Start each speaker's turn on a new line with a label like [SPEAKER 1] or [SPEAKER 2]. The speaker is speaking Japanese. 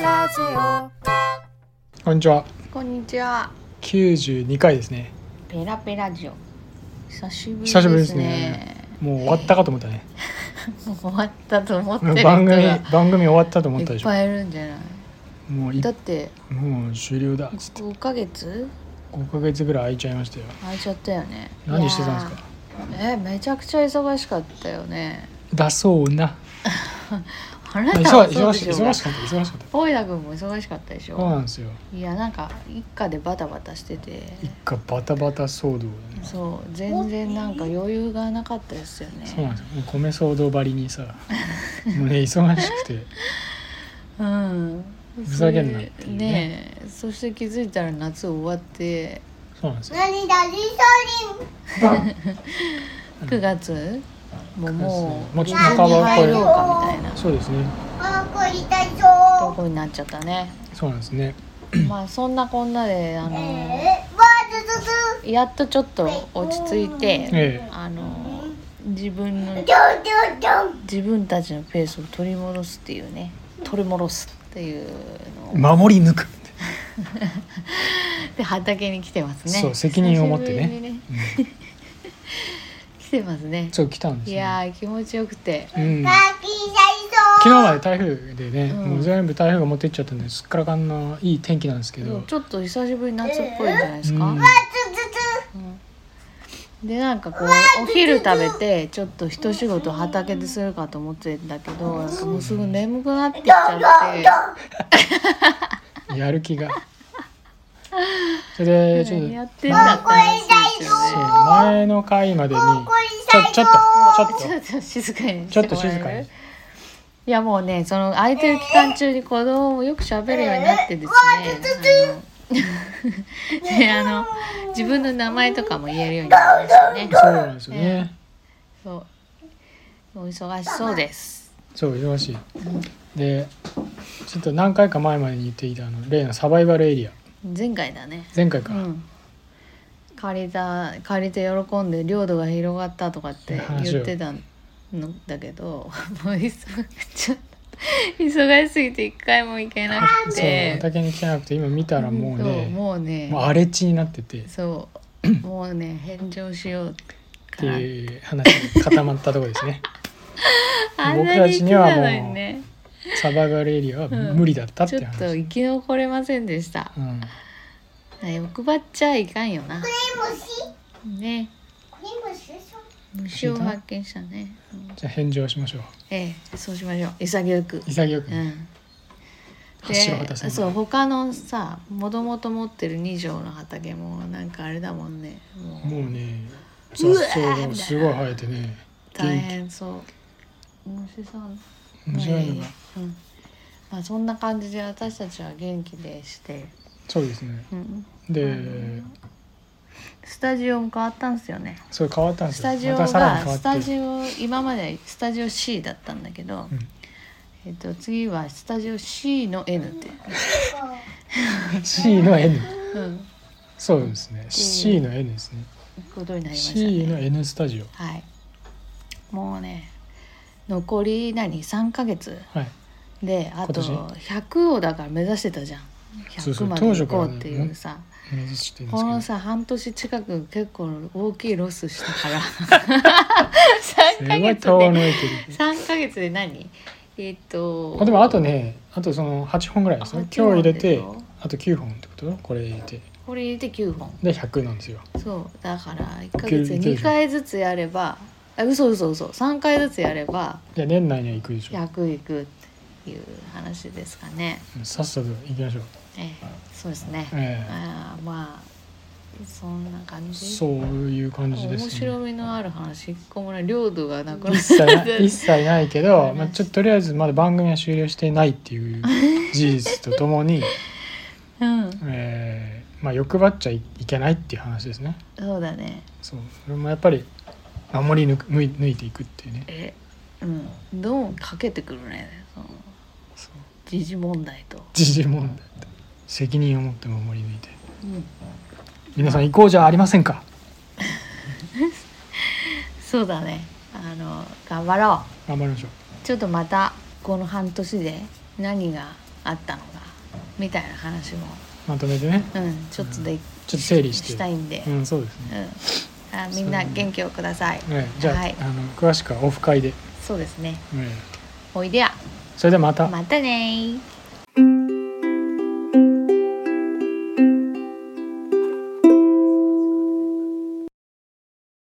[SPEAKER 1] ラジ
[SPEAKER 2] こんにちは。
[SPEAKER 1] こんにちは
[SPEAKER 2] 92回ですね。
[SPEAKER 1] ペラペラジオ久しぶり
[SPEAKER 2] 久しぶり
[SPEAKER 1] で
[SPEAKER 2] ですす
[SPEAKER 1] ね
[SPEAKER 2] ねもう終わったかと思ったね。
[SPEAKER 1] もう終わったと思ってる人が
[SPEAKER 2] 番組番組終わったと思った
[SPEAKER 1] い
[SPEAKER 2] で
[SPEAKER 1] っ
[SPEAKER 2] しょ。
[SPEAKER 1] ぱいいるんじゃない
[SPEAKER 2] もうい
[SPEAKER 1] だって
[SPEAKER 2] もう終了だっつって
[SPEAKER 1] 5ヶ月
[SPEAKER 2] 5ヶ月ぐらい空いちゃいましたよ。
[SPEAKER 1] 空いちゃったよね
[SPEAKER 2] 何してたんですか。
[SPEAKER 1] いやーえめちゃくちゃ忙しかったよね
[SPEAKER 2] だそうな。
[SPEAKER 1] あな
[SPEAKER 2] 忙
[SPEAKER 1] たはそう
[SPEAKER 2] 忙
[SPEAKER 1] で
[SPEAKER 2] し
[SPEAKER 1] し
[SPEAKER 2] い
[SPEAKER 1] ょう
[SPEAKER 2] 忙
[SPEAKER 1] が
[SPEAKER 2] しかった忙しかった。
[SPEAKER 1] ポイダ君も忙しかったでし
[SPEAKER 2] そう
[SPEAKER 1] ょ
[SPEAKER 2] なんですよ。
[SPEAKER 1] いやなんか一家でバタバタしてて
[SPEAKER 2] 一家バタバタ騒動でね。
[SPEAKER 1] そう全然なんか余裕がなかったですよね
[SPEAKER 2] そうなんですよ。もう米騒動ばり にさ、もうね忙しくて。
[SPEAKER 1] うん
[SPEAKER 2] ふざけんなっていうね
[SPEAKER 1] ねえそして気づいたら夏終わって
[SPEAKER 2] そうなんですよ。
[SPEAKER 3] 何だリ
[SPEAKER 2] あうん
[SPEAKER 1] 9月ももう
[SPEAKER 2] もう
[SPEAKER 1] 下
[SPEAKER 2] 半
[SPEAKER 1] に
[SPEAKER 2] ば超え
[SPEAKER 1] 入ろうかみたいな
[SPEAKER 2] そうですね。
[SPEAKER 3] あーこりたい
[SPEAKER 1] と
[SPEAKER 3] ぞ
[SPEAKER 1] こになっちゃったね
[SPEAKER 2] そうなんですね。
[SPEAKER 1] まあそんなこんなであの
[SPEAKER 3] えー、わーずずず
[SPEAKER 1] やっとちょっと落ち着いて
[SPEAKER 2] ええ。
[SPEAKER 1] あの自分の
[SPEAKER 3] どんどんどん
[SPEAKER 1] 自分たちのペースを取り戻すっていうね取り戻すっていうのを
[SPEAKER 2] 守り抜く。
[SPEAKER 1] で畑に来てますね
[SPEAKER 2] そう責任を持ってね
[SPEAKER 1] 久しぶりに来てますね
[SPEAKER 2] そう来たんです
[SPEAKER 1] い
[SPEAKER 2] よ。
[SPEAKER 1] やー気持ちよくて
[SPEAKER 2] うん。
[SPEAKER 3] かき
[SPEAKER 2] 昨
[SPEAKER 3] た
[SPEAKER 2] 日まで台
[SPEAKER 3] いぞ
[SPEAKER 2] 風でね、
[SPEAKER 1] うん
[SPEAKER 2] もう全部台風が持ってっちゃったんですっからかんのいい天気なんですけど、
[SPEAKER 1] うんちょっと久しぶりに夏っぽいんじゃないですか、
[SPEAKER 2] うん
[SPEAKER 3] ずずず
[SPEAKER 1] でなんかこうお昼食べてちょっと一仕事畑でするかと思ってんだけどなんかもうすぐ眠くなってきちゃっ
[SPEAKER 2] やる気がそれでちょっと、
[SPEAKER 1] てやってんだったらしいです
[SPEAKER 2] そう
[SPEAKER 1] よね
[SPEAKER 2] 前の回までにちょちょっとち
[SPEAKER 1] ち
[SPEAKER 2] ょ
[SPEAKER 1] ょ
[SPEAKER 2] っ
[SPEAKER 1] っと静かに
[SPEAKER 2] と
[SPEAKER 1] し
[SPEAKER 2] ちょってと
[SPEAKER 1] も
[SPEAKER 2] 静
[SPEAKER 1] ら
[SPEAKER 2] か
[SPEAKER 1] え
[SPEAKER 2] に
[SPEAKER 1] るいやもうねその空いてる期間中に子供もよく喋るようになってですね あのねあの自分の名前とかも言えるようになりましたね
[SPEAKER 2] そうなんですよね
[SPEAKER 1] そうお忙しそうです
[SPEAKER 2] そう忙しいでちょっと何回か前までに言っていたあの例のサバイバルエリア
[SPEAKER 1] 前回だね
[SPEAKER 2] 前回
[SPEAKER 1] う
[SPEAKER 2] か、
[SPEAKER 1] ん借りた借りて喜んで領土が広がったとかって
[SPEAKER 2] 話を
[SPEAKER 1] 言ってたんだけど もう忙ちょっと 忙しすぎて一回も行けなく
[SPEAKER 2] そう
[SPEAKER 1] て
[SPEAKER 2] 畑に来てなくて今見たらもう
[SPEAKER 1] そう
[SPEAKER 2] ね、
[SPEAKER 1] もうね
[SPEAKER 2] もう荒れ地になっててっ
[SPEAKER 1] そうもうね返上しよう
[SPEAKER 2] て
[SPEAKER 1] かな
[SPEAKER 2] いう話が固まったところですね
[SPEAKER 1] あん
[SPEAKER 2] 僕
[SPEAKER 1] な
[SPEAKER 2] た
[SPEAKER 1] に
[SPEAKER 2] ち
[SPEAKER 1] 来
[SPEAKER 2] には
[SPEAKER 1] た
[SPEAKER 2] もう
[SPEAKER 1] のにね
[SPEAKER 2] サバイバルエリアは無理だったっ
[SPEAKER 1] ち
[SPEAKER 2] て
[SPEAKER 1] ょっと
[SPEAKER 2] 話、
[SPEAKER 1] 生き残れませんでした
[SPEAKER 2] うん
[SPEAKER 1] 欲張っちゃいかんよな
[SPEAKER 3] クリームシ
[SPEAKER 1] ね
[SPEAKER 3] クリームシ
[SPEAKER 1] 虫を発見したね、うん
[SPEAKER 2] じゃあ返事をしましょう
[SPEAKER 1] ええそうしましょう潔く
[SPEAKER 2] 潔く、
[SPEAKER 1] うん
[SPEAKER 2] 橋を果たせ
[SPEAKER 1] でそう他のさもともと持ってる2畳の畑もなんかあれだもんねもう
[SPEAKER 2] もうね雑草がすごい生えてね
[SPEAKER 1] 大変そう虫さん
[SPEAKER 2] 面白いのが
[SPEAKER 1] うんまあ、そんな感じで私たちは元気でして、
[SPEAKER 2] そうですね
[SPEAKER 1] うん、
[SPEAKER 2] で
[SPEAKER 1] スタジオも変わったんですよね
[SPEAKER 2] それ変わったんです
[SPEAKER 1] ス
[SPEAKER 2] よ
[SPEAKER 1] タジオ
[SPEAKER 2] ま
[SPEAKER 1] が
[SPEAKER 2] たさらに変わ
[SPEAKER 1] ス
[SPEAKER 2] っ
[SPEAKER 1] タ
[SPEAKER 2] て
[SPEAKER 1] ジオ今までスタジオ C だったんだけど、えっと、次はスタジオ C の N って、
[SPEAKER 2] C の N
[SPEAKER 1] うん、
[SPEAKER 2] そうですね C の N ですね
[SPEAKER 1] ことになりましたね。
[SPEAKER 2] C の N スタジオ
[SPEAKER 1] はい。もうね、残り何三ヶ月
[SPEAKER 2] はい
[SPEAKER 1] で、あと
[SPEAKER 2] 今
[SPEAKER 1] 100をだから目指してたじゃん。
[SPEAKER 2] そうそ
[SPEAKER 1] 100
[SPEAKER 2] う
[SPEAKER 1] まで
[SPEAKER 2] 当
[SPEAKER 1] 行
[SPEAKER 2] 初か
[SPEAKER 1] こ
[SPEAKER 2] ら
[SPEAKER 1] う
[SPEAKER 2] ね
[SPEAKER 1] っていうさ、
[SPEAKER 2] 目指してるんです
[SPEAKER 1] この
[SPEAKER 2] け
[SPEAKER 1] さ半年近く結構大きいロスした から。3ヶ月で
[SPEAKER 2] どすごい遠のいてる
[SPEAKER 1] 三ヶ月で何？えっと。
[SPEAKER 2] あでもあとねあとその8本ぐらいですね今日入れて
[SPEAKER 1] 八本でしょ
[SPEAKER 2] あと9本ってことこれ入れて
[SPEAKER 1] これ入れて9本。
[SPEAKER 2] で100なんですよ
[SPEAKER 1] そうだから一ヶ
[SPEAKER 2] いけるい
[SPEAKER 1] 月
[SPEAKER 2] ける
[SPEAKER 1] 二回ずつやれば、あ嘘嘘嘘三回ずつやれば
[SPEAKER 2] じゃあ年内には行くでしょ
[SPEAKER 1] 100いくっていう話ですかね。
[SPEAKER 2] うんさっさと行きましょう
[SPEAKER 1] ええ、そうですね。
[SPEAKER 2] ええ
[SPEAKER 1] ああまあそんな感じ。
[SPEAKER 2] そういう感じで
[SPEAKER 1] 面
[SPEAKER 2] すね
[SPEAKER 1] 白みのある話一個もない領土がなくなっ
[SPEAKER 2] 一切
[SPEAKER 1] た
[SPEAKER 2] な一切ないけど、
[SPEAKER 1] 話
[SPEAKER 2] まあ、ちょっととりあえずまだ番組は終了してないっていう事実とともに、
[SPEAKER 1] うん
[SPEAKER 2] えーまあ、欲張っちゃいけないっていう話ですね
[SPEAKER 1] そうだね
[SPEAKER 2] そうそれもやっぱり守り抜く抜い抜いていくっていうね
[SPEAKER 1] えうんどんかけてくるねその
[SPEAKER 2] そう
[SPEAKER 1] 時事問題と、
[SPEAKER 2] 時事問題って責任を持って守り抜いて
[SPEAKER 1] うん、
[SPEAKER 2] 皆さん行こうじゃありませんか
[SPEAKER 1] そうだねあの頑張ろ
[SPEAKER 2] 頑張りましょう
[SPEAKER 1] うちょっとまたこの半年で何があったのかみたいな話も、
[SPEAKER 2] まとめてね
[SPEAKER 1] うん、ちょっとで、
[SPEAKER 2] ちょっと整理して
[SPEAKER 1] したいんで、
[SPEAKER 2] う
[SPEAKER 1] うん
[SPEAKER 2] んそうですね、
[SPEAKER 1] あみんな元気をください、
[SPEAKER 2] ええじゃあ,、
[SPEAKER 1] はい
[SPEAKER 2] あの詳しくはオフ会で、嗯
[SPEAKER 1] そうですね
[SPEAKER 2] ええ
[SPEAKER 1] おいでや
[SPEAKER 2] それではまた
[SPEAKER 1] またねー